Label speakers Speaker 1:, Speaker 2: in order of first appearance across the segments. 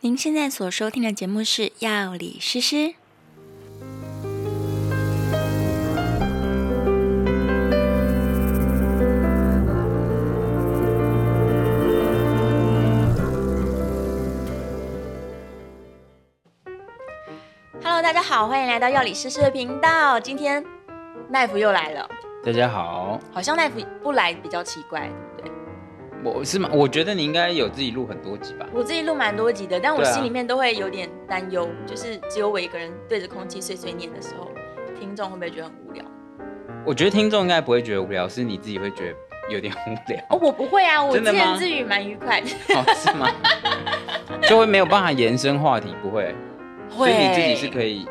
Speaker 1: 您现在所收听的节目是《药理诗诗》。Hello，大家好，欢迎来到药理诗诗的频道。今天奈夫又来了，
Speaker 2: 大家好，
Speaker 1: 好像奈夫不来比较奇怪，对不对？
Speaker 2: 我是吗？我觉得你应该有自己录很多集吧。
Speaker 1: 我自己录蛮多集的，但我
Speaker 2: 对啊
Speaker 1: 心里面都会有点担忧，就是只有我一个人对着空气碎碎念的时候，听众会不会觉得很无聊？
Speaker 2: 我觉得听众应该不会觉得无聊，是你自己会觉得有点无聊，
Speaker 1: 哦，我不会啊，我
Speaker 2: 真
Speaker 1: 自
Speaker 2: 的吗
Speaker 1: 言自语蛮愉快的。
Speaker 2: 哦、是吗？就会没有办法延伸话题，不会？所以你自己是可
Speaker 1: 以。
Speaker 2: 以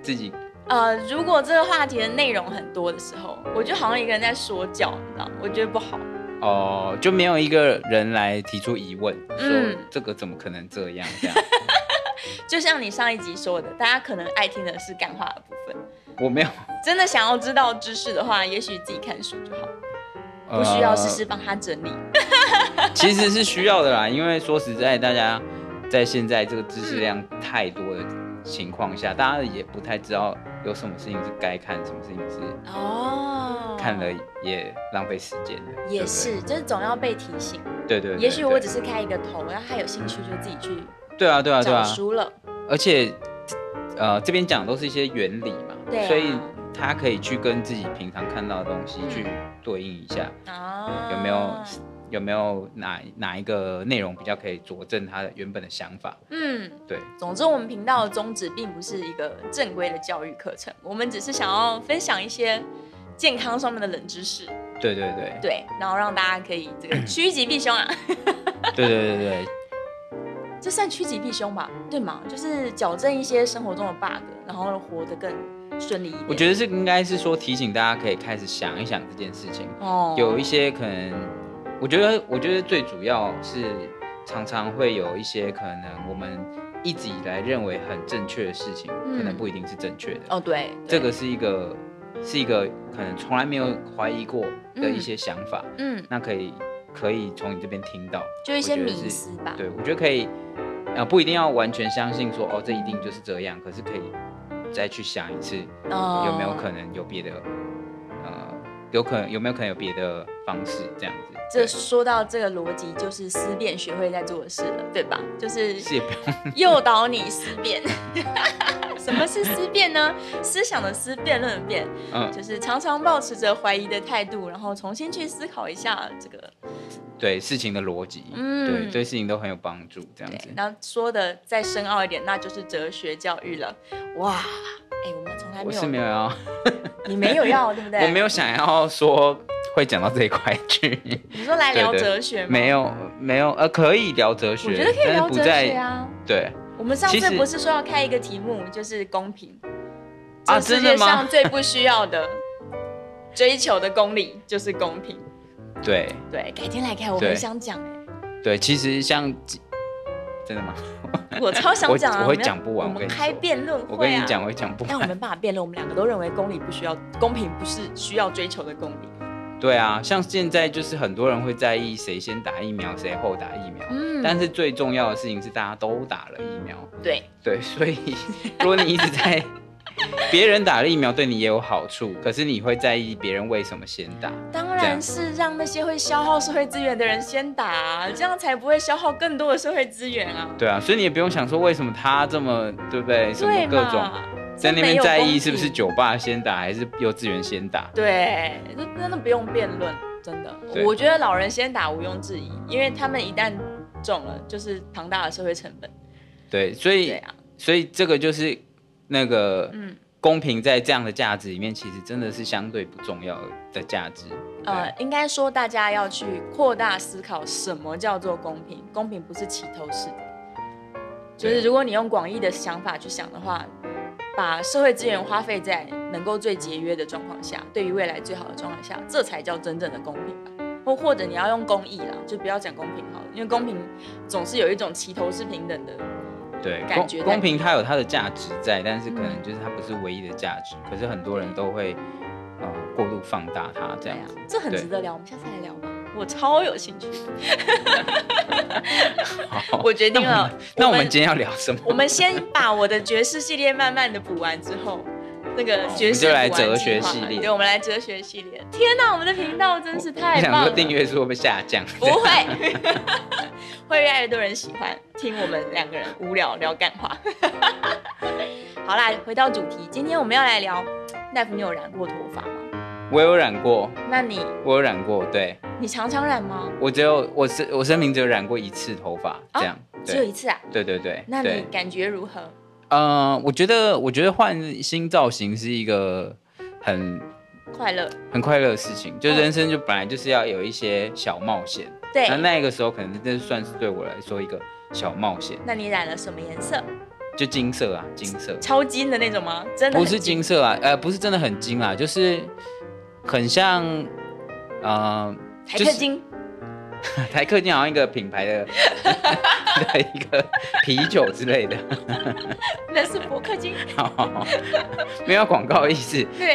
Speaker 2: 自己
Speaker 1: 呃，如果这个话题的内容很多的时候，我就好像一个人在说教，你知道吗，我觉得不好。
Speaker 2: 哦、就没有一个人来提出疑问，
Speaker 1: 嗯
Speaker 2: 说这个怎么可能这样这样？
Speaker 1: 就像你上一集说的，大家可能爱听的是干话的部分。
Speaker 2: 我没有，
Speaker 1: 真的想要知道知识的话，也许自己看书就好，不需要事事帮他整理。
Speaker 2: 呃其实是需要的啦，因为说实在，大家在现在这个知识量太多的情况下，大家也不太知道有什么事情是该看，什么事情是
Speaker 1: 哦，
Speaker 2: 看了也浪费时间了
Speaker 1: 也是，，就是总要被提醒。
Speaker 2: 对不对对对
Speaker 1: 也许我只
Speaker 2: 是
Speaker 1: 是开一个头，然后他有兴趣就自己去
Speaker 2: 对啊，对啊，对
Speaker 1: 找
Speaker 2: 啊，
Speaker 1: 书了。
Speaker 2: 而且呃，这边讲都是一些原理嘛，
Speaker 1: 对啊
Speaker 2: 所以他可以去跟自己平常看到的东西
Speaker 1: 嗯
Speaker 2: 去对应一下，
Speaker 1: 啊
Speaker 2: 有没有有没有哪哪一个内容比较可以佐证他的原本的想法？
Speaker 1: 嗯，
Speaker 2: 对，
Speaker 1: 总之我们频道的宗旨并不是一个正规的教育课程，我们只是想要分享一些健康上面的冷知识，
Speaker 2: 对对对，
Speaker 1: 对，然后让大家可以这个趋吉避凶啊，
Speaker 2: 对对对对，
Speaker 1: 这算趋吉避凶吧？对吗？就是矫正一些生活中的 bug，然后活得更顺利一点。
Speaker 2: 我觉得是应该是说提醒大家可以开始想一想这件事情，
Speaker 1: 得哦
Speaker 2: 有一些可能，我觉得，我觉得最主要是常常会有一些可能我们一直以来认为很正确的事情，
Speaker 1: 嗯
Speaker 2: 可能不一定是正确的。
Speaker 1: 哦对，对
Speaker 2: 这个是一个是一个可能从来没有怀疑过的一些想法，
Speaker 1: 嗯，
Speaker 2: 那可以可以从你这边听到，
Speaker 1: 就一些
Speaker 2: 我觉得
Speaker 1: 迷
Speaker 2: 是
Speaker 1: 思吧。
Speaker 2: 对我觉得可以，呃，不一定要完全相信说哦这一定就是这样，可是可以再去想一次
Speaker 1: 哦
Speaker 2: 有没有可能有别的，呃，有可能有没有可能有别的方式这样子？
Speaker 1: 这
Speaker 2: 对
Speaker 1: 说到这个逻辑，就是思辨学会在做的事了，对吧？就是
Speaker 2: 是也不用
Speaker 1: 诱导你思辨。 什么是思辨呢？思想的思，辩论的辩，
Speaker 2: 嗯，
Speaker 1: 就是常常保持着怀疑的态度，然后重新去思考一下这个。
Speaker 2: 对事情的逻辑，
Speaker 1: 嗯
Speaker 2: 对对事情都很有帮助，这样子
Speaker 1: 对，。那说的再深奥一点，那就是哲学教育了。哇，哎、我们从来
Speaker 2: 我
Speaker 1: 没
Speaker 2: 是
Speaker 1: 有，
Speaker 2: 没有要，
Speaker 1: 你没有要对不对？
Speaker 2: 我没有想要说会讲到这一块去，
Speaker 1: 你说来聊
Speaker 2: 对对
Speaker 1: 哲学吗？
Speaker 2: 没，有没有，呃，可以聊哲学，
Speaker 1: 我觉得可以聊
Speaker 2: 但是不
Speaker 1: 哲学
Speaker 2: 在
Speaker 1: 啊。
Speaker 2: 对
Speaker 1: 我们上
Speaker 2: 其
Speaker 1: 次
Speaker 2: 实
Speaker 1: 不是说要开一个题目，就是公平。
Speaker 2: 啊
Speaker 1: 这世
Speaker 2: 真
Speaker 1: 界
Speaker 2: 的吗
Speaker 1: 上最不需要的 追求的公理就是公平。
Speaker 2: 对
Speaker 1: 对，改天来开，我
Speaker 2: 对
Speaker 1: 很想讲哎、
Speaker 2: 对，其实像真的吗？
Speaker 1: 我超想讲啊！
Speaker 2: 我我会
Speaker 1: 们要
Speaker 2: 讲不完
Speaker 1: 我
Speaker 2: 我
Speaker 1: 们
Speaker 2: 跟你说
Speaker 1: 开辩论会、啊。
Speaker 2: 我跟你讲，，我讲不
Speaker 1: 但我
Speaker 2: 完。
Speaker 1: 们爸辩论，我们两个都认为公理不需要，公平不是需要追求的公理。
Speaker 2: 对啊，像现在就是很多人会在意谁先打疫苗，谁后打疫苗，
Speaker 1: 嗯
Speaker 2: 但是最重要的事情是大家都打了疫苗，
Speaker 1: 对，
Speaker 2: 对，所以 如果你一直在别人打了疫苗，对你也有好处，可是你会在意别人为什么先打，
Speaker 1: 当
Speaker 2: 这
Speaker 1: 然
Speaker 2: 样
Speaker 1: 是让那些会消耗社会资源的人先打、啊，这样才不会消耗更多的社会资源啊。
Speaker 2: 对啊，所以你也不用想说为什么他这么，对不对？什
Speaker 1: 对
Speaker 2: 么各
Speaker 1: 嘛
Speaker 2: 种。在那
Speaker 1: 真没
Speaker 2: 边
Speaker 1: 有
Speaker 2: 在
Speaker 1: 公
Speaker 2: 意是不是
Speaker 1: 平
Speaker 2: 酒吧先打还是幼稚园先打？
Speaker 1: 对，这真的不用辩论，真的。
Speaker 2: 嗯对
Speaker 1: 我觉得老人先打毋庸置疑，因为他们一旦中了，就是庞大的社会成本。
Speaker 2: 对，所
Speaker 1: 对
Speaker 2: 以、
Speaker 1: 啊，
Speaker 2: 所以这个就是那个
Speaker 1: 嗯，
Speaker 2: 公平在这样的价值里面，其实真的是相对不重要的价值。
Speaker 1: 呃，应该说大家要去扩大思考，什么叫做公平？公平不是齐头式的，就是
Speaker 2: 对
Speaker 1: 如果你用广义的想法去想的话，把社会资源花费在能够最节约的状况下，对于未来最好的状况下，这才叫真正的公平吧。或或者你要用公益啦，就不要讲公平好了，因为公平总是有一种齐头式平等的
Speaker 2: 对，
Speaker 1: 感
Speaker 2: 公
Speaker 1: 觉在
Speaker 2: 公平它有它的价值在，但是可
Speaker 1: 嗯
Speaker 2: 能就是它不是唯一的价值。可是很多人都会呃过度放大它这
Speaker 1: 对
Speaker 2: 样
Speaker 1: 啊
Speaker 2: 子。，
Speaker 1: 这很
Speaker 2: 对
Speaker 1: 值得聊，我们下次来聊吧。我超有兴趣。啊我决定了，
Speaker 2: 那我们今天要聊什么？
Speaker 1: 我们先把我的爵士系列慢慢的补完之后，那个
Speaker 2: 好
Speaker 1: 爵
Speaker 2: 我们
Speaker 1: 士
Speaker 2: 就来
Speaker 1: 补完
Speaker 2: 哲
Speaker 1: 计
Speaker 2: 学
Speaker 1: 划
Speaker 2: 系列
Speaker 1: 对，我们来哲学系列。天哪，我们的频道真是太棒
Speaker 2: 我想
Speaker 1: 了！
Speaker 2: 说订阅数会不会下降？
Speaker 1: 不会，会越来越多人喜欢听我们两个人无聊聊干 话。好啦，回到主题，今天我们要来聊，大夫，你有染过头发吗？
Speaker 2: 我有染过，
Speaker 1: 那你
Speaker 2: 我有染过，对
Speaker 1: 你常常染吗？
Speaker 2: 我只有我是我声明只有染过一次头发，
Speaker 1: 啊
Speaker 2: 这样，
Speaker 1: 只有
Speaker 2: 对
Speaker 1: 一次啊？
Speaker 2: 对对对，
Speaker 1: 那
Speaker 2: 对
Speaker 1: 你感觉如何？
Speaker 2: 呃，我觉得，我觉得换新造型是一个很
Speaker 1: 快乐？
Speaker 2: 很快乐的事情，就
Speaker 1: 嗯
Speaker 2: 人生就本来就是要有一些小冒险。
Speaker 1: 对
Speaker 2: 那，那个时候可能真的算是对我来说一个小冒险，
Speaker 1: 那你染了什么颜色？
Speaker 2: 就金色啊，金色，
Speaker 1: 超金的那种吗？真的
Speaker 2: 不
Speaker 1: 很
Speaker 2: 是金色啊，呃，不是真的很金啊，就是很像，呃，
Speaker 1: 台
Speaker 2: 就
Speaker 1: 克
Speaker 2: 是
Speaker 1: 金，
Speaker 2: 台客金好像一个品牌的 的一个啤酒之类的，
Speaker 1: 那是伯克金。
Speaker 2: 没有广告意思。
Speaker 1: 对，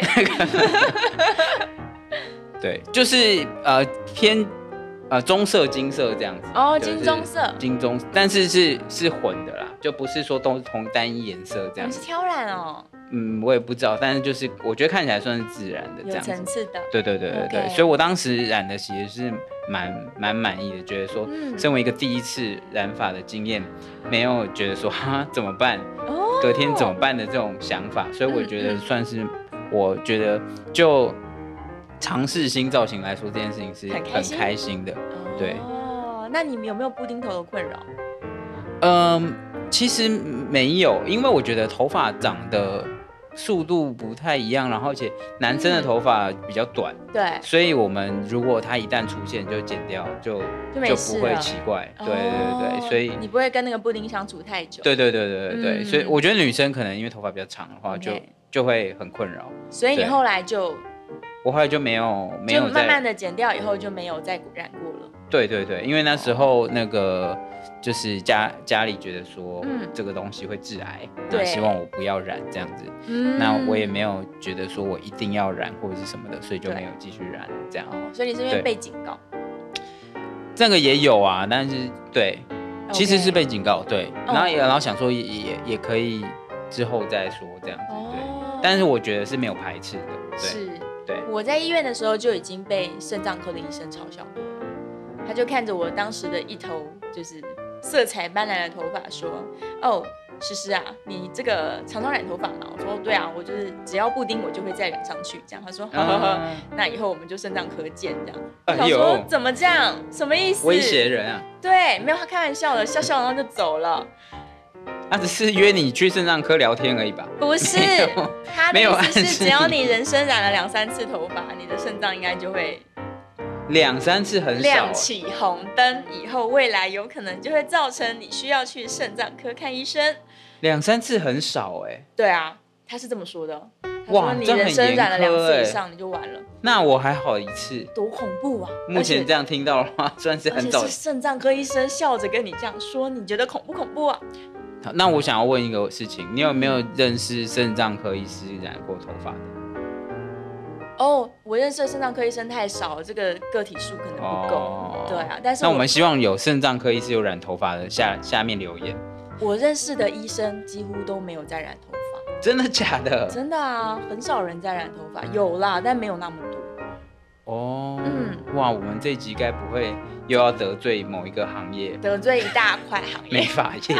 Speaker 2: 对，就是呃偏呃棕色、金色这样子。
Speaker 1: 哦，
Speaker 2: 就是
Speaker 1: 金棕色，
Speaker 2: 金棕，但是是是混的啦，就不是说都是同单一颜色这样
Speaker 1: 你
Speaker 2: 子
Speaker 1: 是。挑染哦，
Speaker 2: 嗯，我也不知道，但是就是我觉得看起来算是自然 的这
Speaker 1: 有
Speaker 2: 样
Speaker 1: 层
Speaker 2: 子。
Speaker 1: 次的。
Speaker 2: 对对对对对
Speaker 1: OK
Speaker 2: 所以我当时染的其实是蛮蛮满意的，觉得说，
Speaker 1: 嗯
Speaker 2: 身为一个第一次染发的经验，没有觉得说哈怎么办，
Speaker 1: 哦，
Speaker 2: 隔天怎么办的这种想法，所以我觉
Speaker 1: 嗯
Speaker 2: 得
Speaker 1: 嗯
Speaker 2: 算是，我觉得就尝试新造型来说，这件事情是
Speaker 1: 很开
Speaker 2: 很
Speaker 1: 心
Speaker 2: 开心的。对
Speaker 1: 哦，那你们有没有布丁头的困扰？
Speaker 2: 嗯，其实没有，因为我觉得头发长的速度不太一样，然后而且男生的
Speaker 1: 嗯
Speaker 2: 头发比较短，
Speaker 1: 对，
Speaker 2: 所以我们如果它一旦出现就剪掉，就
Speaker 1: 就没事
Speaker 2: 不会
Speaker 1: 了
Speaker 2: 奇怪。对对对
Speaker 1: 哦
Speaker 2: 对，所以。
Speaker 1: 你不会跟那个布丁相处太久。，
Speaker 2: 对对对对对对，
Speaker 1: 嗯
Speaker 2: 所以我觉得女生可能因为头发比较长的话
Speaker 1: OK
Speaker 2: 就就会很困扰。
Speaker 1: 所以你
Speaker 2: 对
Speaker 1: 后来就
Speaker 2: 我后来就没有没
Speaker 1: 就
Speaker 2: 有
Speaker 1: 慢
Speaker 2: 再
Speaker 1: 慢的剪掉以后就没有再染过了。
Speaker 2: 对对对，因为那时候那个就是家家里觉得说，
Speaker 1: 嗯
Speaker 2: 这个东西会致癌，
Speaker 1: 对
Speaker 2: 那希望我不要染这样子。
Speaker 1: 嗯
Speaker 2: 那我也没有觉得说我一定要染或者是什么的，所以就
Speaker 1: 对
Speaker 2: 没有继续染这样。
Speaker 1: 哦，所以你是因为
Speaker 2: 对
Speaker 1: 被警告，
Speaker 2: 这个也有啊，但是对，其实是被警告，对，
Speaker 1: 哦
Speaker 2: 然后也然后想说也也也可以之后再说这样子，对。
Speaker 1: 哦，
Speaker 2: 但是我觉得是没有排斥的，对
Speaker 1: 是
Speaker 2: 对，
Speaker 1: 我在医院的时候就已经被肾脏科的医生嘲笑过了，他就看着我当时的一头就是色彩斑斓的头发说：“哦，诗诗啊，你这个常常染头发嘛？”我说：“对啊，我就是只要布丁我就会再染上去。”这样他说：“呵呵呵，
Speaker 2: 啊
Speaker 1: 那以后我们就肾脏科见。”这样，我
Speaker 2: 哎
Speaker 1: 想说
Speaker 2: 呦，
Speaker 1: 怎么这样？什么意思？
Speaker 2: 威胁人啊，
Speaker 1: 对，没有他开玩笑的，笑笑然后就走了。
Speaker 2: 他啊只是约你去肾脏科聊天而已吧？
Speaker 1: 不是
Speaker 2: 没有，
Speaker 1: 他的
Speaker 2: 没有
Speaker 1: 意思
Speaker 2: 暗
Speaker 1: 是
Speaker 2: 示
Speaker 1: 只要
Speaker 2: 你
Speaker 1: 你人生染了两三次头发，你的肾脏应该就会
Speaker 2: 两三次很少
Speaker 1: 亮
Speaker 2: 欸，
Speaker 1: 起红灯以后，未来有可能就会造成你需要去肾脏科看医生。
Speaker 2: 两三次很少哎。
Speaker 1: 对啊，他是这么说的。他
Speaker 2: 哇
Speaker 1: 说你
Speaker 2: 这很
Speaker 1: 人生染了两
Speaker 2: 严苛
Speaker 1: 次
Speaker 2: 欸
Speaker 1: 以上，你就完了，
Speaker 2: 那我还好一次，
Speaker 1: 多恐怖啊！
Speaker 2: 目前这
Speaker 1: 样，
Speaker 2: 样听到的话， 算是
Speaker 1: 而
Speaker 2: 很
Speaker 1: 且
Speaker 2: 早
Speaker 1: 是。肾脏科医生笑着跟你这样说，你觉得恐不恐怖啊？
Speaker 2: 好那我想要问一个事情，你有没有认识肾脏科医师染过头发的？
Speaker 1: 哦，我认识的肾脏科医生太少了，这个个体数可能不够。
Speaker 2: 哦
Speaker 1: 对啊，但是
Speaker 2: 那我们希望有肾脏科医师有染头发的下下面留言，
Speaker 1: 我认识的医生几乎都没有在染头发，
Speaker 2: 真的假的？
Speaker 1: 真的啊，很少人在染头发，有啦，但没有那么多。
Speaker 2: 哦，
Speaker 1: 嗯
Speaker 2: 哇，我们这集该不会又要得罪某一个行 业，
Speaker 1: 得罪一大块行业
Speaker 2: 美。发业？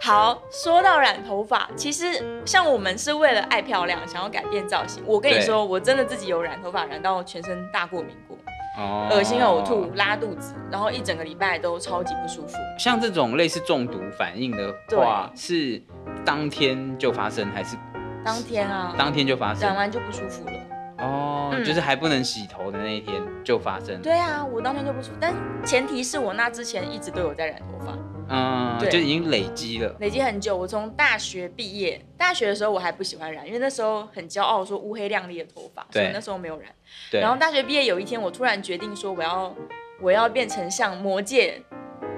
Speaker 1: 好，说到染头发，其实像我们是为了爱漂亮，想要改变造型。我跟你
Speaker 2: 对
Speaker 1: 说，我真的自己有染头发，染到全身大过敏过，
Speaker 2: 哦
Speaker 1: 恶心呕吐、。拉肚子，然后一整个礼拜都超级不舒服。
Speaker 2: 像这种类似中毒反应的话，是当天就发生还是
Speaker 1: 当天啊，
Speaker 2: 当天就发生
Speaker 1: 染？完就不舒服了。
Speaker 2: 哦，
Speaker 1: 嗯
Speaker 2: 就是还不能洗头的那一天就发生。
Speaker 1: 对啊，我当天就不舒服，但前提是我那之前一直都有在染头发，
Speaker 2: 嗯，
Speaker 1: 对
Speaker 2: 就已经累积了。
Speaker 1: 累积很久。我从大学毕业，大学的时候我还不喜欢染，因为那时候很骄傲说乌黑亮丽的头发，所以
Speaker 2: 对
Speaker 1: 那时候没有染。
Speaker 2: 对，
Speaker 1: 然后大学毕业有一天，我突然决定说，我要我要变成像《魔戒》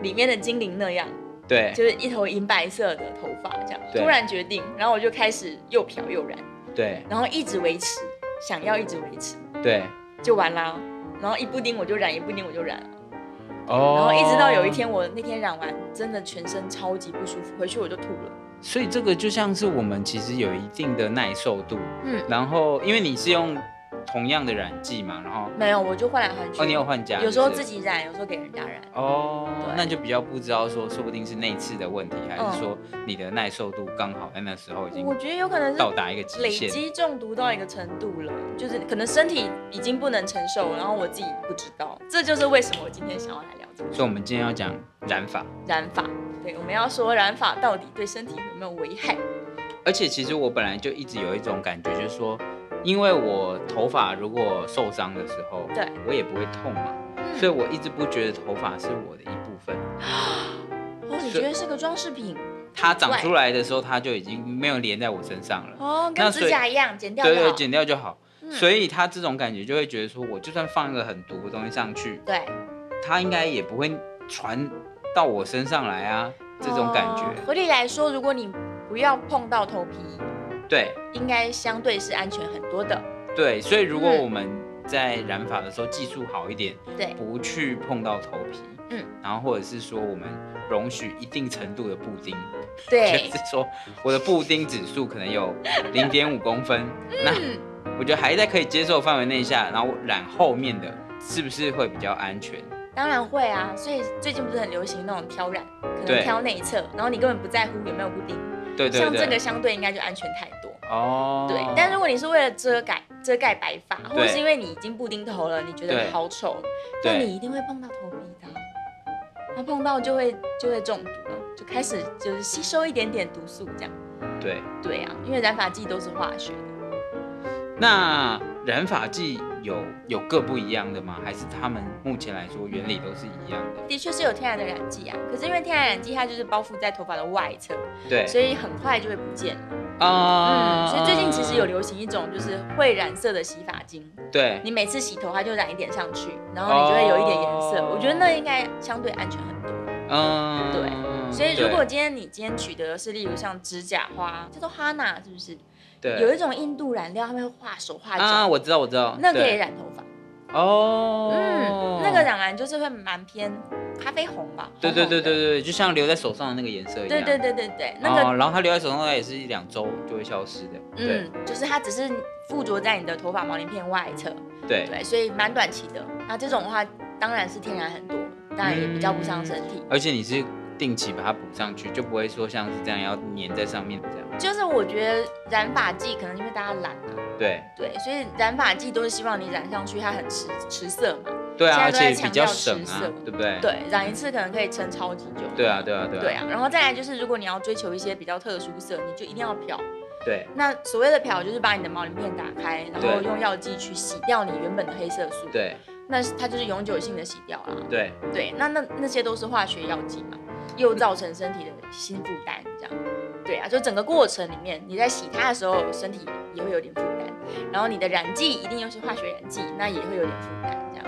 Speaker 1: 里面的精灵那样，
Speaker 2: 对
Speaker 1: 就是一头银白色的头发这样。
Speaker 2: 对
Speaker 1: 突然决定，然后我就开始又漂又染，
Speaker 2: 对
Speaker 1: 然后一直维持，想要一直维持，
Speaker 2: 对，
Speaker 1: 就完啦。然后一布丁我就染，一布丁我就染了。
Speaker 2: 哦，
Speaker 1: 然后一直到有一，天，我那天染完，真的全身超级不舒服，回去我就吐了。
Speaker 2: 所以这个就像是我们其实有一定的耐受度，
Speaker 1: 嗯，
Speaker 2: 然后因为你是用同样的染剂嘛，然后
Speaker 1: 没有，我就换来换去。
Speaker 2: 哦你有换家，
Speaker 1: 有时候
Speaker 2: 就是
Speaker 1: 自己染，有时候给人家染。
Speaker 2: 哦，
Speaker 1: 对
Speaker 2: 那就比较不知道说，说不定是那次的问题，还是说你的耐受度刚好在那时候已经
Speaker 1: 我觉得有可能
Speaker 2: 到
Speaker 1: 是
Speaker 2: 达一个极
Speaker 1: 累
Speaker 2: 限。
Speaker 1: 积中毒到一个程度了，就是可能身体已经不能承受，然后我自己不知道。这就是为什么我今天想要来聊这个
Speaker 2: 所以，我们今天要讲染法，
Speaker 1: 染发。对，我们要说染发到底对身体有没有危害？
Speaker 2: 而且其实我本来就一直有一种感觉，就是说，因为我头发如果受伤的时候，
Speaker 1: 对，
Speaker 2: 我也不会痛嘛，
Speaker 1: 嗯
Speaker 2: 所以我一直不觉得头发是我的一部分。
Speaker 1: 哦，你觉得是个装饰品
Speaker 2: 它长出来的时候，它就已经没有连在我身上了。
Speaker 1: 哦，
Speaker 2: 那
Speaker 1: 跟
Speaker 2: 所以
Speaker 1: 指甲一样，剪掉
Speaker 2: 对
Speaker 1: 就
Speaker 2: 对，
Speaker 1: 好。
Speaker 2: 剪掉就好。
Speaker 1: 嗯
Speaker 2: 所以它这种感觉就会觉得说，我就算放一个很毒的东西上去，
Speaker 1: 对，
Speaker 2: 它应该也不会传到我身上来啊，这种感觉。
Speaker 1: 哦合理来说，如果你不要碰到头皮，
Speaker 2: 对
Speaker 1: 应该相对是安全很多的。
Speaker 2: 对，所以如果
Speaker 1: 嗯
Speaker 2: 我们在染发的时候技术好一点，
Speaker 1: 对
Speaker 2: 不去碰到头皮，
Speaker 1: 嗯，
Speaker 2: 然后或者是说我们容许一定程度的布丁，
Speaker 1: 对
Speaker 2: 就，是说我的布丁指数可能有零点五公分，
Speaker 1: 嗯
Speaker 2: 那我觉得还在可以接受范围内下，然后染后面的是不是会比较安全？
Speaker 1: 当然会啊。所以最近不是很流行那种挑染，可
Speaker 2: 对
Speaker 1: 能挑内侧，然后你根本不在乎有没有布丁。
Speaker 2: 对对对，
Speaker 1: 像这个相对应该就安全太多。
Speaker 2: 哦，
Speaker 1: 对，但如果你是为了遮盖遮盖白发，或
Speaker 2: 对
Speaker 1: 者是因为你已经布丁头了，你觉
Speaker 2: 对
Speaker 1: 得好丑，
Speaker 2: 对
Speaker 1: 那你一定会碰到头皮的啊。那碰到就会就会中毒了，就开始就是吸收一点点毒素这样。
Speaker 2: 对。
Speaker 1: 对啊，因为染发剂都是化学的。
Speaker 2: 那染发剂有有各不一样的吗？还是他们目前来说原理都是一样的？
Speaker 1: 的确是有天然的染剂啊，可是因为天然染剂它就是包覆在头发的外侧，
Speaker 2: 对
Speaker 1: 所以很快就会不见了。嗯，
Speaker 2: 啊
Speaker 1: 所以最近其实有流行一种就是会染色的洗发精，
Speaker 2: 对
Speaker 1: 你每次洗头它就染一点上去，然后你就会有一点颜色。
Speaker 2: 哦
Speaker 1: 我觉得那应该相对安全很多。
Speaker 2: 嗯
Speaker 1: 对所以如果
Speaker 2: 对
Speaker 1: 今天你今天取得的是例如像指甲花，叫做哈娜是不是？
Speaker 2: 对
Speaker 1: 有一种印度染料，他们会画手画脚，
Speaker 2: 啊，我知道我知道，
Speaker 1: 那可以
Speaker 2: 对
Speaker 1: 染头发。
Speaker 2: 哦，
Speaker 1: 嗯，那个染完就是会蛮偏咖啡红吧？
Speaker 2: 对对对对
Speaker 1: 红
Speaker 2: 对，就像留在手上的那个颜色一样。
Speaker 1: 红的对对对对对，那个
Speaker 2: 哦，然后它留在手上大概也是一两周就会消失的。对
Speaker 1: 嗯，就是它只是附着在你的头发毛鳞片外侧，
Speaker 2: 对
Speaker 1: 对，所以蛮短期的。那这种的话，当然是天然很多，当然也比较不伤身体。
Speaker 2: 而且你是定期把它补上去，就不会说像是这样要粘在上面这样。
Speaker 1: 就是我觉得染发剂可能因为大家懒啊，
Speaker 2: 对
Speaker 1: 对，所以染发剂都是希望你染上去它很持持色嘛，
Speaker 2: 对啊，而
Speaker 1: 现在都在
Speaker 2: 且比
Speaker 1: 强
Speaker 2: 较
Speaker 1: 调
Speaker 2: 省
Speaker 1: 吃
Speaker 2: 啊
Speaker 1: 色，
Speaker 2: 对不对？
Speaker 1: 对，染一次可能可以撑超级久。
Speaker 2: 对啊对啊对啊
Speaker 1: 对啊，然后再来就是，如果你要追求一些比较特殊色，你就一定要漂。
Speaker 2: 对
Speaker 1: 那所谓的漂，就是把你的毛鳞片打开，然后
Speaker 2: 对
Speaker 1: 用药剂去洗掉你原本的黑色素。，
Speaker 2: 对
Speaker 1: 那它就是永久性的洗掉啦。
Speaker 2: 对，
Speaker 1: 对，那那那些都是化学药剂嘛，又造成身体的新负担，这样。对啊，就整个过程里面，你在洗它的时候，身体也会有点负担，然后你的染剂一定又是化学染剂，那也会有点负担，这样。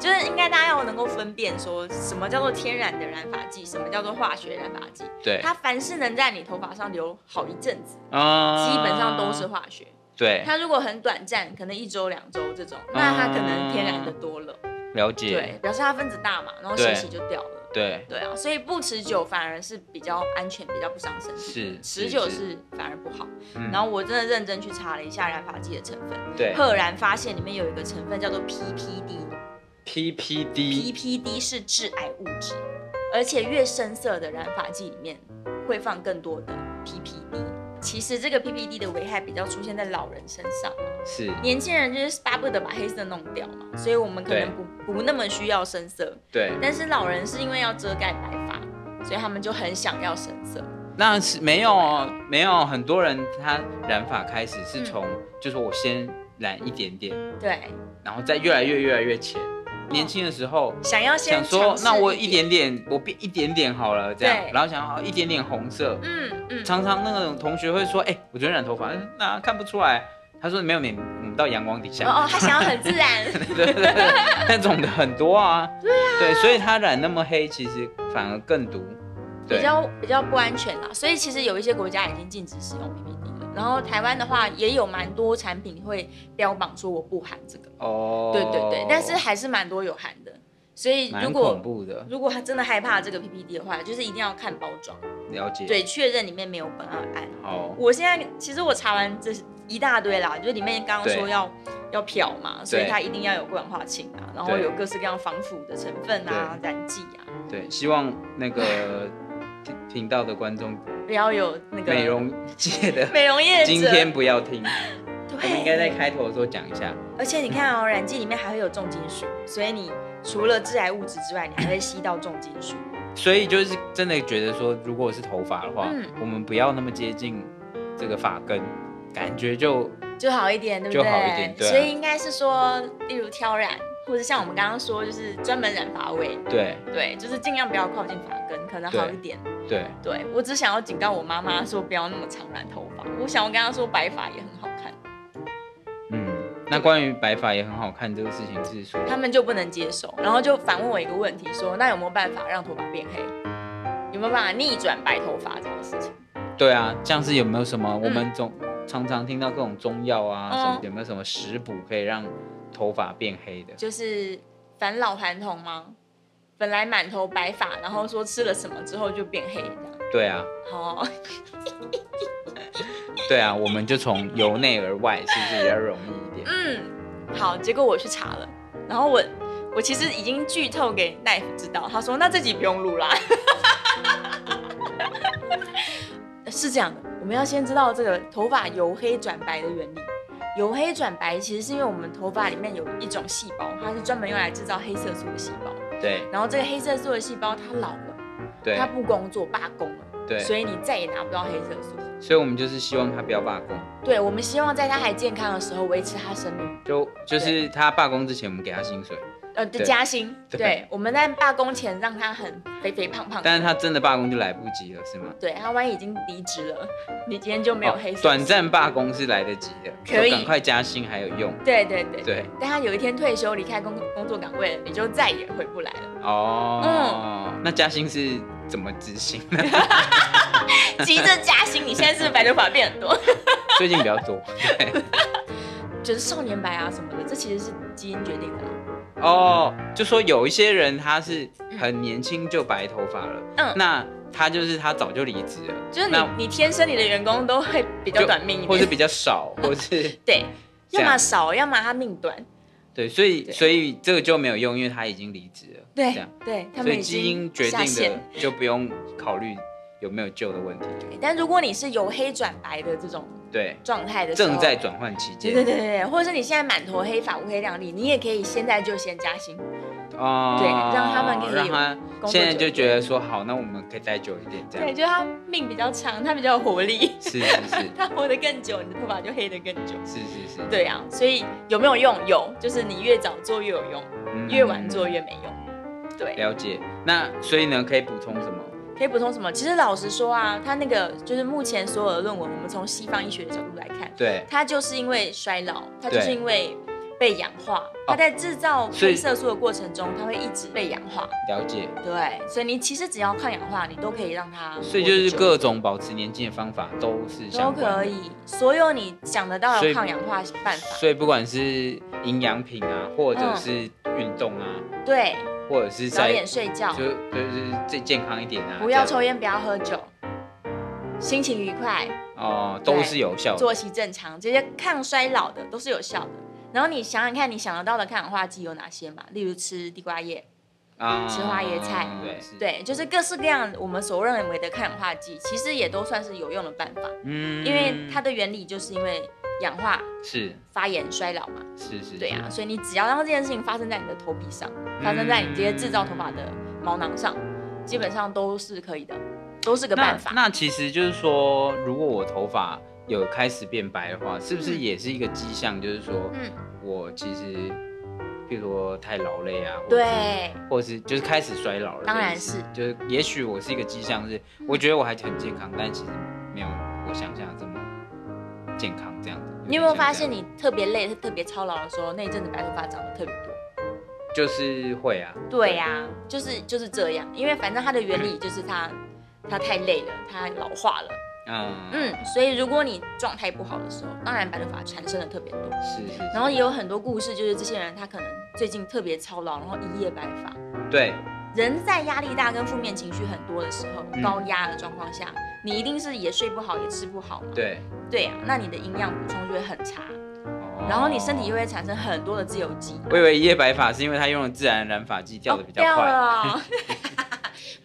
Speaker 1: 就是应该大家要能够分辨说什么叫做天然的染发剂，什么叫做化学染发剂。
Speaker 2: 对，
Speaker 1: 它凡是能在你头发上留好一阵子，
Speaker 2: 啊
Speaker 1: 基本上都是化学。
Speaker 2: 对，啊
Speaker 1: 它如果很短暂，可能一周两周这种，那它可能天然的多了。
Speaker 2: 了解，
Speaker 1: 对，表示它分子大嘛，然后
Speaker 2: 对
Speaker 1: 洗洗就掉了。
Speaker 2: 对
Speaker 1: 对啊，所以不持久反而是比较安全、比较不伤身体的。
Speaker 2: 是
Speaker 1: 持久是反而不好。
Speaker 2: 嗯
Speaker 1: 然后我真的认真去查了一下染发剂的成分，
Speaker 2: 对
Speaker 1: 赫然发现里面有一个成分叫做 PPD，PPD
Speaker 2: PPD
Speaker 1: 是致癌物质，而且越深色的染发剂里面会放更多的 PPD。其实这个 PPD 的危害比较出现在老人身上，啊
Speaker 2: 是
Speaker 1: 年轻人就是巴不得把黑色弄掉嘛，所以我们可能不不那么需要深色。
Speaker 2: 对，
Speaker 1: 但是老人是因为要遮盖白发，所以他们就很想要深色。
Speaker 2: 那是没有哦没有很多人他染发开始
Speaker 1: 嗯
Speaker 2: 是从、就说我先染一点点，
Speaker 1: 对，
Speaker 2: 然后再越来越越来越浅，年轻的时候。
Speaker 1: 想要先
Speaker 2: 想说
Speaker 1: 尝，试
Speaker 2: 那我一，点点，我变一点点好了，这样，
Speaker 1: 对
Speaker 2: 然后想要一点点红色，
Speaker 1: 嗯嗯，
Speaker 2: 常常那种同学会说，哎、我昨天染头发，嗯那看不出来。他说没有，你我们到阳光底下。
Speaker 1: 哦哦，他想要很自然，
Speaker 2: 对对对，那种的很多啊。对啊。对，所以他染那么黑，其实反而更毒。
Speaker 1: 比
Speaker 2: 对
Speaker 1: 较比较不安全啦。所以其实有一些国家已经禁止使用 PPD 了，然后台湾的话也有蛮多产品会标榜说我不含这个，
Speaker 2: 哦，
Speaker 1: 对对对，但是还是蛮多有含的。所以如
Speaker 2: 蛮
Speaker 1: 果
Speaker 2: 恐怖的，
Speaker 1: 如果他真的害怕这个 PPT 的话，就是一定要看包装，
Speaker 2: 了解。，
Speaker 1: 对，确认里面没有苯二胺。
Speaker 2: 好，
Speaker 1: 我现在其实我查完这一大堆啦，就里面刚刚说
Speaker 2: 对
Speaker 1: 要要漂嘛，所以
Speaker 2: 对
Speaker 1: 它一定要有过氧化氢啊，然后
Speaker 2: 对
Speaker 1: 有各式各样防腐的成分啊、染剂啊，
Speaker 2: 对，希望那个 听听到的观众，
Speaker 1: 不要有那个
Speaker 2: 美容界的
Speaker 1: 美容业者。
Speaker 2: 今天不要 听，我们应该在
Speaker 1: 对，
Speaker 2: 开头的时候讲一下。
Speaker 1: 而且你看哦，染剂里面还会有重金属，所以你除了致癌物质之外，你还会吸到重金属。
Speaker 2: 所以就是真的觉得说，如果是头发的话，
Speaker 1: 嗯
Speaker 2: 我们不要那么接近这个发根，感觉就
Speaker 1: 就好一点，对不对？
Speaker 2: 就好一点对啊
Speaker 1: 所以应该是说，例如挑染，或者像我们刚刚说，就是专门染发尾，
Speaker 2: 对
Speaker 1: 对，就是尽量不要靠近发根，可能好一点。
Speaker 2: 对
Speaker 1: 对我只想要警告我妈妈说，不要那么常染头发。我想要跟她说，白发也很好看，
Speaker 2: 嗯，那关于白发也很好看这个事情是说，
Speaker 1: 他们就不能接受，然后就反问我一个问题，说那有没有办法让头发变黑？有没有办法逆转白头发这种事情？
Speaker 2: 对啊，像是有没有什么、我们总常常听到各种中药啊，
Speaker 1: 嗯
Speaker 2: 什么有没有什么食补可以让头发变黑的？
Speaker 1: 就是返老还童吗？本来满头白发，然后说吃了什么之后就变黑这样。
Speaker 2: 对啊，
Speaker 1: 好、
Speaker 2: 对啊，我们就从由内而外，是不是比较容易一点？
Speaker 1: 嗯，好，结果我去查了，然后我我其实已经剧透给 Knife 知道，他说那这集不用录啦。 是这样的，我们要先知道这个头发由黑转白的原理。由黑转白其实是因为我们头发里面有一种细胞，它是专门用来制造黑色素的细胞。
Speaker 2: 对
Speaker 1: 然后这个黑色素的细胞它老了，
Speaker 2: 对
Speaker 1: 它不工作罢工了，
Speaker 2: 对，
Speaker 1: 所以你再也拿不到黑色素。
Speaker 2: 所以我们就是希望它不要罢工。
Speaker 1: 对，我们希望在它还健康的时候维持它生命。
Speaker 2: 就就是他罢工之前，我们给他薪水，
Speaker 1: 呃，
Speaker 2: 对
Speaker 1: 加薪，对
Speaker 2: 对
Speaker 1: 我们在罢工前让他很肥肥胖胖的，
Speaker 2: 但是他真的罢工就来不及了，是吗？
Speaker 1: 对他万一已经离职了，你今天就没有
Speaker 2: 哦
Speaker 1: 黑色素、
Speaker 2: 短暂罢工是来得及的，
Speaker 1: 可以
Speaker 2: 就赶快加薪还有用。
Speaker 1: 对对对，
Speaker 2: 对，
Speaker 1: 但他有一天退休离开工工作岗位了，你就再也回不来了，
Speaker 2: 哦，
Speaker 1: 嗯
Speaker 2: 那加薪是怎么 执行呢？
Speaker 1: 急着加薪，你现在是不是白头发变很多，
Speaker 2: 最近比较多。对，
Speaker 1: 就是少年白啊什么的，这其实是基因决定的啦。
Speaker 2: 哦，就说有一些人他是很年轻就白头发了，
Speaker 1: 嗯
Speaker 2: 那他就是他早就离职了，
Speaker 1: 就是你
Speaker 2: 那
Speaker 1: 你天生你的员工都会比较
Speaker 2: 就
Speaker 1: 短命一
Speaker 2: 或是
Speaker 1: 点，
Speaker 2: 比较少，或是
Speaker 1: 对，
Speaker 2: 这
Speaker 1: 要
Speaker 2: 样
Speaker 1: 么少，要么他命短，
Speaker 2: 对，所以
Speaker 1: 对
Speaker 2: 所以这个就没有用，因为他已经离职了。这
Speaker 1: 对
Speaker 2: 样
Speaker 1: 对，他
Speaker 2: 所
Speaker 1: 们
Speaker 2: 以
Speaker 1: 已
Speaker 2: 基因
Speaker 1: 经
Speaker 2: 决
Speaker 1: 下
Speaker 2: 定
Speaker 1: 线
Speaker 2: 的。就不用考虑有没有救的问题。
Speaker 1: 但如果你是由黑转白的这种
Speaker 2: 对，
Speaker 1: 状态的时候，
Speaker 2: 正在转换期
Speaker 1: 对
Speaker 2: 间。
Speaker 1: 对对对对，或者是你现在满头黑发乌黑亮丽，你也可以现在就先加薪。
Speaker 2: 哦，
Speaker 1: 对让他们可以
Speaker 2: 让他
Speaker 1: 工作
Speaker 2: 现在
Speaker 1: 久
Speaker 2: 就
Speaker 1: 一
Speaker 2: 觉得说好，那我们可以待久一点这
Speaker 1: 对，
Speaker 2: 样。
Speaker 1: 就是他命比较长，他比较有活力，
Speaker 2: 是是是
Speaker 1: 他活得更久，你的头发就黑得更久。
Speaker 2: 是是是，
Speaker 1: 对啊，所以有没有用？有，就是你越早做越有用，
Speaker 2: 嗯
Speaker 1: 越晚做越没用。对，
Speaker 2: 了解。那所以呢，可以补充什么？
Speaker 1: 可以补充什么？其实老实说啊，他那个就是目前所有的论文，我们从西方医学的角度来看，
Speaker 2: 对，
Speaker 1: 它就是因为衰老，它就是
Speaker 2: 对哦
Speaker 1: 因为被氧化，它在制造
Speaker 2: 所以
Speaker 1: 黑色素的过程中，它会一直被氧化。
Speaker 2: 了解。
Speaker 1: 对，所以你其实只要抗氧化，你都可以让它活得久。
Speaker 2: 所以就是各种保持年轻的方法都是
Speaker 1: 都
Speaker 2: 相关
Speaker 1: 可
Speaker 2: 的。
Speaker 1: 以，所有你想得到
Speaker 2: 所
Speaker 1: 的
Speaker 2: 以
Speaker 1: 抗氧化办法，
Speaker 2: 所以不管是营养品啊，或者
Speaker 1: 嗯
Speaker 2: 是运动啊，
Speaker 1: 对，
Speaker 2: 或者是
Speaker 1: 早
Speaker 2: 在
Speaker 1: 点睡觉，
Speaker 2: 就就是最健康一点啊，
Speaker 1: 不要
Speaker 2: 这样
Speaker 1: 抽烟，不要喝酒，心情愉快，
Speaker 2: 哦，都
Speaker 1: 对
Speaker 2: 是有效的。
Speaker 1: 作息正常，这些抗衰老的都是有效的。然后你想想看，你想得到的抗氧化剂有哪些嘛？例如吃地瓜叶，
Speaker 2: 啊
Speaker 1: 吃花椰菜
Speaker 2: 对对，
Speaker 1: 对，就是各式各样我们所认为的抗氧化剂，其实也都算是有用的办法，
Speaker 2: 嗯
Speaker 1: 因为它的原理就是因为氧化、
Speaker 2: 是
Speaker 1: 发炎、衰老嘛。
Speaker 2: 是是，
Speaker 1: 对
Speaker 2: 是
Speaker 1: 啊，所以你只要让这件事情发生在你的头皮上，发生在你这些制造头发的毛囊上，基本上都是可以的，都是个办法。
Speaker 2: 那。那其实就是说，如果我头发有开始变白的话，是不是也是一个迹象？就是说，
Speaker 1: 嗯，
Speaker 2: 我其实，譬如说太劳累啊，或者是，
Speaker 1: 对，
Speaker 2: 或者是就是开始衰老了。
Speaker 1: 当然
Speaker 2: 类似
Speaker 1: 是嗯
Speaker 2: 就是也许我是一个迹象是，我觉得我还很健康，但其实没有我想象的这么健康这样子。
Speaker 1: 你有没有发现
Speaker 2: 你
Speaker 1: 你特别累、特别操劳的时候，那一阵子白头发长得特别多？
Speaker 2: 就是会啊？
Speaker 1: 对呀、 就是就是这样，因为反正它的原理就是它它太累了，它老化了，
Speaker 2: 嗯嗯，
Speaker 1: 嗯，所以如果你状态不好的时候，当然白头发产生的特别多。
Speaker 2: 是是是，
Speaker 1: 然后也有很多故事，就是这些人他可能最近特别操劳，然后一夜白发。
Speaker 2: 对，
Speaker 1: 人在压力大跟负面情绪很多的时候
Speaker 2: 嗯，
Speaker 1: 高压的状况下，你一定是也睡不好，也吃不好嘛。
Speaker 2: 对，嗯
Speaker 1: 对啊，那你的营养补充就会很差，
Speaker 2: 哦
Speaker 1: 然后你身体又会产生很多的自由基。
Speaker 2: 我以为一夜白发是因为他用了自然染发剂掉的比较
Speaker 1: 哦
Speaker 2: 快，
Speaker 1: 了哦，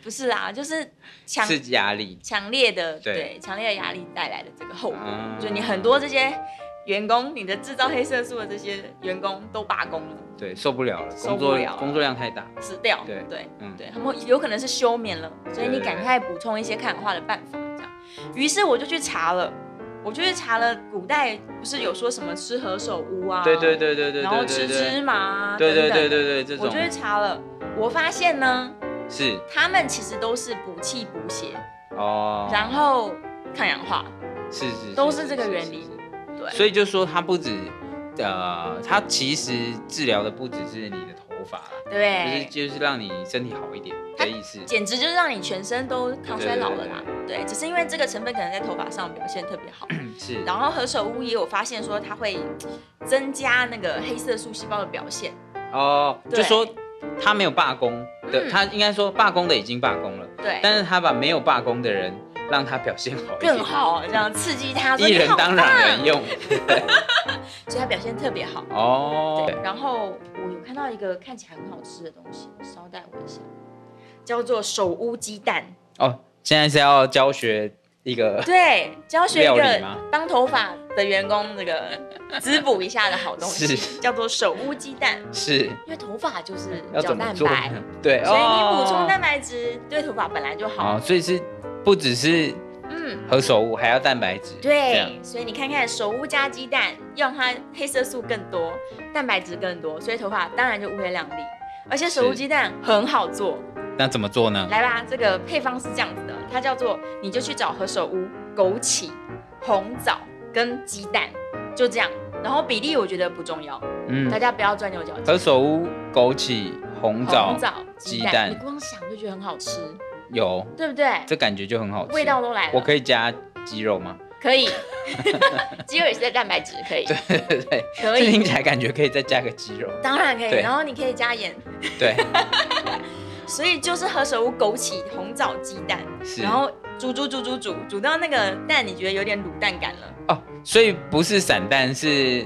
Speaker 1: 不是啦，就是强
Speaker 2: 是压力。
Speaker 1: 强烈的
Speaker 2: 对
Speaker 1: 对强烈的压力带来的这个后果，
Speaker 2: 嗯
Speaker 1: 哦就你很多这些员工，你的制造黑色素的这些员工都罢工了，
Speaker 2: 对受不了了，
Speaker 1: 受
Speaker 2: 工
Speaker 1: 不
Speaker 2: 作
Speaker 1: 了了
Speaker 2: 工作量太大。
Speaker 1: 死掉，
Speaker 2: 对
Speaker 1: 对
Speaker 2: 嗯，
Speaker 1: 对，他们有可能是休眠了，所以你
Speaker 2: 对
Speaker 1: 赶快补充一些抗氧化的办法，这样。于是我就去查了，我就去查了，古代不是有说什么吃何首乌啊，
Speaker 2: 对对对对对对
Speaker 1: 然后
Speaker 2: 对
Speaker 1: 吃
Speaker 2: 对
Speaker 1: 芝
Speaker 2: 对
Speaker 1: 麻啊，
Speaker 2: 对对
Speaker 1: 等等
Speaker 2: 对对对，这
Speaker 1: 我
Speaker 2: 种
Speaker 1: 就去查了，我发现呢，
Speaker 2: 是
Speaker 1: 他们其实都是补气补血，
Speaker 2: 哦，
Speaker 1: 然后抗氧化，
Speaker 2: 是是
Speaker 1: 都是这个原理。
Speaker 2: 是是
Speaker 1: 对
Speaker 2: 是所以就说它不止，呃，它其实治疗的不只是你的头发啦，就是
Speaker 1: 对，
Speaker 2: 就是让你身体好一点
Speaker 1: 它
Speaker 2: 的意思。
Speaker 1: 简直就是让你全身都抗衰老了啦
Speaker 2: 对。
Speaker 1: 对，只是因为这个成分可能在头发上表现特别好。
Speaker 2: 嗯是，
Speaker 1: 然后何首乌也有发现说它会呃增加那个黑色素细胞的表现，
Speaker 2: 哦，
Speaker 1: 对
Speaker 2: 就说他没有罢工的，
Speaker 1: 嗯哎
Speaker 2: 他应该说罢工的已经罢工了，
Speaker 1: 对，
Speaker 2: 但是他把没有罢工的人让他表现好一点
Speaker 1: 更，好这样刺激它，说
Speaker 2: 一
Speaker 1: 你
Speaker 2: 人
Speaker 1: 好
Speaker 2: 当
Speaker 1: 棒
Speaker 2: 两人用。
Speaker 1: 所以它表现特别好。
Speaker 2: 哦
Speaker 1: 对，，然后我有看到一个看起来很好吃的东西，稍待我一下，叫做首乌鸡蛋。
Speaker 2: 哦，现在是要教学一个
Speaker 1: 对，教学一
Speaker 2: 料理
Speaker 1: 个
Speaker 2: 吗
Speaker 1: 当头发的员工那个滋补一下的好东西，
Speaker 2: 是
Speaker 1: 叫做手乌鸡蛋，
Speaker 2: 是
Speaker 1: 因为头发就是
Speaker 2: 要
Speaker 1: 角
Speaker 2: 怎么
Speaker 1: 蛋
Speaker 2: 做
Speaker 1: 白，
Speaker 2: 呢？ 对，
Speaker 1: 所以你补充
Speaker 2: 哦
Speaker 1: 蛋白质对头发本来就好。
Speaker 2: 哦，所以是不只是
Speaker 1: 嗯，
Speaker 2: 何首乌，还要蛋白质。这样
Speaker 1: 对，所以你看看手乌加鸡蛋，让它黑色素更多，蛋白质更多，所以头发当然就乌黑亮丽。而且手乌
Speaker 2: 是
Speaker 1: 鸡蛋很好做，
Speaker 2: 那怎么做呢？
Speaker 1: 来吧，这个配方是这样子的，它叫做你就去找何首乌、枸杞、红枣跟鸡蛋，就这样。然后比例我觉得不重要，
Speaker 2: 嗯
Speaker 1: 大，家不要钻牛角尖。
Speaker 2: 何首乌、枸杞、红枣、
Speaker 1: 红枣、鸡
Speaker 2: 鸡蛋
Speaker 1: 蛋，你光想就觉得很好吃，
Speaker 2: 有，
Speaker 1: 对不对？
Speaker 2: 这感觉就很好吃。
Speaker 1: 味道都来
Speaker 2: 我
Speaker 1: 了，
Speaker 2: 可以加鸡肉吗？
Speaker 1: 可以。 鸡肉也是在蛋白质，可以，
Speaker 2: 对对 对，
Speaker 1: 可
Speaker 2: 这听
Speaker 1: 以，
Speaker 2: 起来感觉可以再加个鸡肉。
Speaker 1: 当然可以。
Speaker 2: 对
Speaker 1: 然后你可以加盐，
Speaker 2: 对，
Speaker 1: 所以就是何首乌、枸杞、红枣、鸡蛋，
Speaker 2: 是。
Speaker 1: 然后煮煮煮煮煮煮到那个蛋，你觉得有点卤蛋感了。
Speaker 2: 哦，所以不是散蛋，是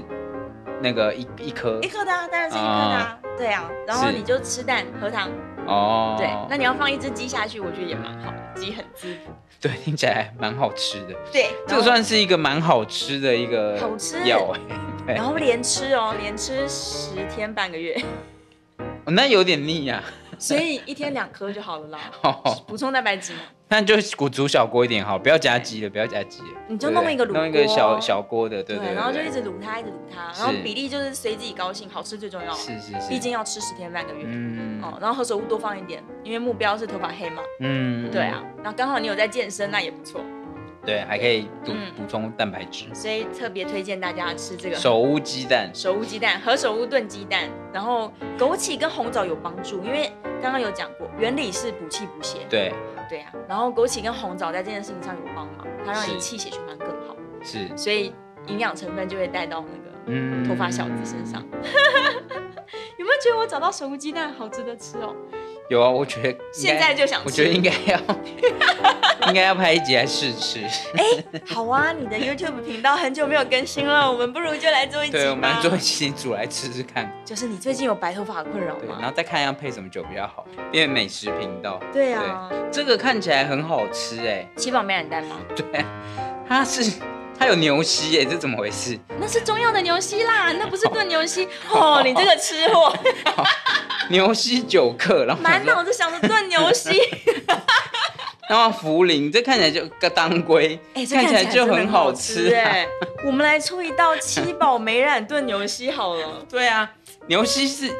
Speaker 2: 那个一一颗
Speaker 1: 一颗的、啊，当然是一颗的、啊，对啊。然后
Speaker 2: 是
Speaker 1: 你就吃蛋喝汤，
Speaker 2: 哦。
Speaker 1: 对。那你要放一只鸡下去，我觉得也蛮好的，鸡很滋补。
Speaker 2: 对，听起来蛮好吃的。
Speaker 1: 对，
Speaker 2: 这
Speaker 1: 然后
Speaker 2: 个算是一个蛮好吃的一个
Speaker 1: 好吃
Speaker 2: 药哎、对
Speaker 1: 然后连吃哦，连吃十天半个 月，
Speaker 2: 哦那有点腻呀、
Speaker 1: 所以一天两颗就好了啦，
Speaker 2: 哦，
Speaker 1: 补充蛋白质嘛。
Speaker 2: 那就煮煮小锅一点好，不要加鸡了，不要加鸡了，
Speaker 1: 你就
Speaker 2: 对不对
Speaker 1: 弄一个卤锅
Speaker 2: 弄一个小小锅的，对对对，
Speaker 1: 然后就一
Speaker 2: 直
Speaker 1: 直卤它，一直卤它，然后
Speaker 2: 是
Speaker 1: 比例就是随自己高兴，好吃最重要，
Speaker 2: 是是是，
Speaker 1: 毕竟要吃十天半个月。
Speaker 2: 嗯
Speaker 1: 哦，然后何首乌多放一点，因为目标是头发黑嘛。
Speaker 2: 嗯，
Speaker 1: 对啊，然后刚好你有在健身，那也不错，
Speaker 2: 对，还可以补
Speaker 1: 嗯啊
Speaker 2: 补充蛋白质，
Speaker 1: 所以特别推荐大家吃这个
Speaker 2: 手无鸡蛋
Speaker 1: 手乌鸡蛋和手乌炖鸡蛋，然后枸杞跟红枣有帮助，因为刚刚有讲过，原理是补气补血。
Speaker 2: 对
Speaker 1: 对啊，然后枸杞跟红枣在这件事情上有帮忙，它让你
Speaker 2: 是
Speaker 1: 气血循环更好，
Speaker 2: 是，
Speaker 1: 所以营养成分就会带到那
Speaker 2: 嗯
Speaker 1: 个头发小子身上。 有没有觉得我找到手乌鸡蛋好值得吃哦？
Speaker 2: 有啊，我觉得应该
Speaker 1: 现在就想吃
Speaker 2: 我觉得应该要 应该要拍一集来试吃，
Speaker 1: 好啊，你的 YouTube 频道很久没有更新 了，我们不如就来做一集吧。
Speaker 2: 对，我们来做一起煮来吃吃看，
Speaker 1: 就是你最近有白头发的困扰
Speaker 2: 对，然
Speaker 1: 吗？
Speaker 2: 后再看要配什么酒比较好，变美食频道。
Speaker 1: 对啊，
Speaker 2: 这个看起来很好吃哎、
Speaker 1: 七宝美人蛋吗？
Speaker 2: 它是它有牛膝哎、这怎么回事？
Speaker 1: 那是中药的牛膝 啦，那不是炖牛膝哦！你这个吃货，
Speaker 2: 牛膝九克，然后
Speaker 1: 满
Speaker 2: 想说
Speaker 1: 脑子想着炖牛膝。
Speaker 2: 然后茯苓，这看起来就个当归，
Speaker 1: 哎、这
Speaker 2: 看起来就
Speaker 1: 真的
Speaker 2: 很好吃、啊。
Speaker 1: 哎、 我们来出一道七宝美染炖牛膝好了。
Speaker 2: 对啊，牛膝是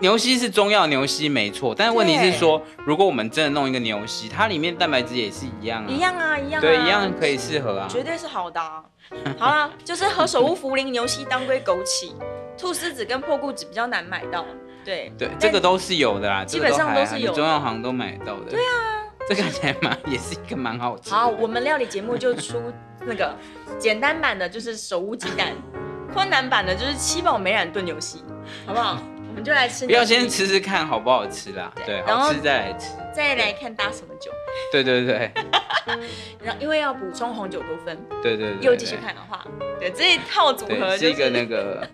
Speaker 2: 牛膝是中药牛膝没错，但是问题是
Speaker 1: 对
Speaker 2: 说，如果我们真的弄一个牛膝，它里面蛋白质也是一样啊，
Speaker 1: 一样啊，一样、啊，
Speaker 2: 对，一样可以适合啊。
Speaker 1: 绝对是好的、 啊。好了，就是何首乌、茯苓、牛膝、当归、枸杞、菟丝子跟破固子比较难买到，对
Speaker 2: 对，
Speaker 1: 但
Speaker 2: 这个都是有的啦，
Speaker 1: 基本上
Speaker 2: 这个
Speaker 1: 都
Speaker 2: 还
Speaker 1: 是
Speaker 2: 好
Speaker 1: 有的
Speaker 2: 你中药行都买得到的。对啊，这看起来蛮也是一个蛮好吃的。
Speaker 1: 好，我们料理节目就出那 个简单版的，就是手无鸡蛋；困难版的就是七宝美染炖牛膝，好不好？我们就来吃。
Speaker 2: 嗯不要先，吃吃看好不好吃啦，
Speaker 1: 对
Speaker 2: 对，
Speaker 1: 然后
Speaker 2: 好吃再来吃。
Speaker 1: 再来看搭什么酒。
Speaker 2: 对对对
Speaker 1: 然后因为要补充红酒多酚，
Speaker 2: 对对对，
Speaker 1: 又
Speaker 2: 对
Speaker 1: 继续，看的话，对这一套组合
Speaker 2: 对，
Speaker 1: 就是
Speaker 2: 一个那个，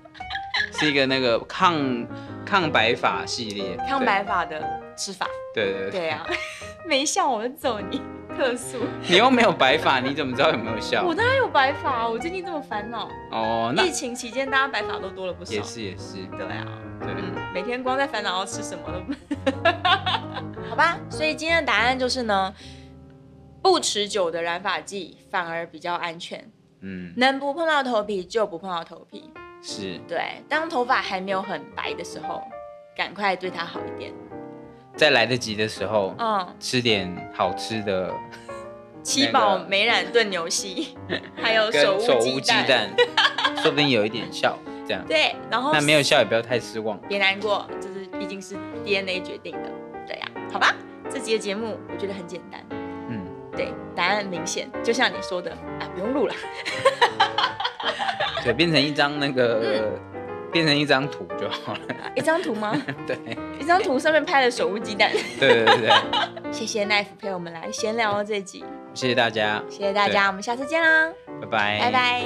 Speaker 2: 是一个那个抗抗白发系列，
Speaker 1: 抗白发的吃法。
Speaker 2: 对，对对
Speaker 1: 对，啊， 没笑我就揍你，客诉。
Speaker 2: 你又没有白发，你怎么知道有没有效
Speaker 1: 我？当然有白发，我最近这么烦恼。
Speaker 2: 哦，那
Speaker 1: 疫情期间大家白发都多了不少。
Speaker 2: 也是也是，
Speaker 1: 对啊，
Speaker 2: 对，
Speaker 1: 嗯，每天光在烦恼要吃什么了。 好吧，所以今天的答案就是呢，不持久的染发剂反而比较安全，
Speaker 2: 嗯，
Speaker 1: 能不碰到头皮就不碰到头皮。
Speaker 2: 是
Speaker 1: 对，当头发还没有很白的时候，赶快对它好一点。
Speaker 2: 在来得及的时候
Speaker 1: 嗯，
Speaker 2: 吃点好吃的，
Speaker 1: 七宝美染炖牛膝，还有
Speaker 2: 跟
Speaker 1: 手
Speaker 2: 手
Speaker 1: 无
Speaker 2: 无鸡蛋， 说不定有一点效，这样。
Speaker 1: 对，然后
Speaker 2: 那没有效也不要太失望。
Speaker 1: 别难过，就是毕竟是 DNA 决定的，对呀、好吧。这集的节目我觉得很简单，
Speaker 2: 嗯，
Speaker 1: 对，答案明显，就像你说的啊，不用录了。
Speaker 2: 对，变成一张那个，变成一张图就好了。
Speaker 1: 一张图吗？
Speaker 2: 对，
Speaker 1: 一张图上面拍了手无鸡蛋。
Speaker 2: 对对对对，
Speaker 1: 谢谢 Knife 陪我们来闲聊这集，
Speaker 2: 谢谢大家，
Speaker 1: 谢谢大家，我们下次见啦，
Speaker 2: 拜拜，
Speaker 1: 拜拜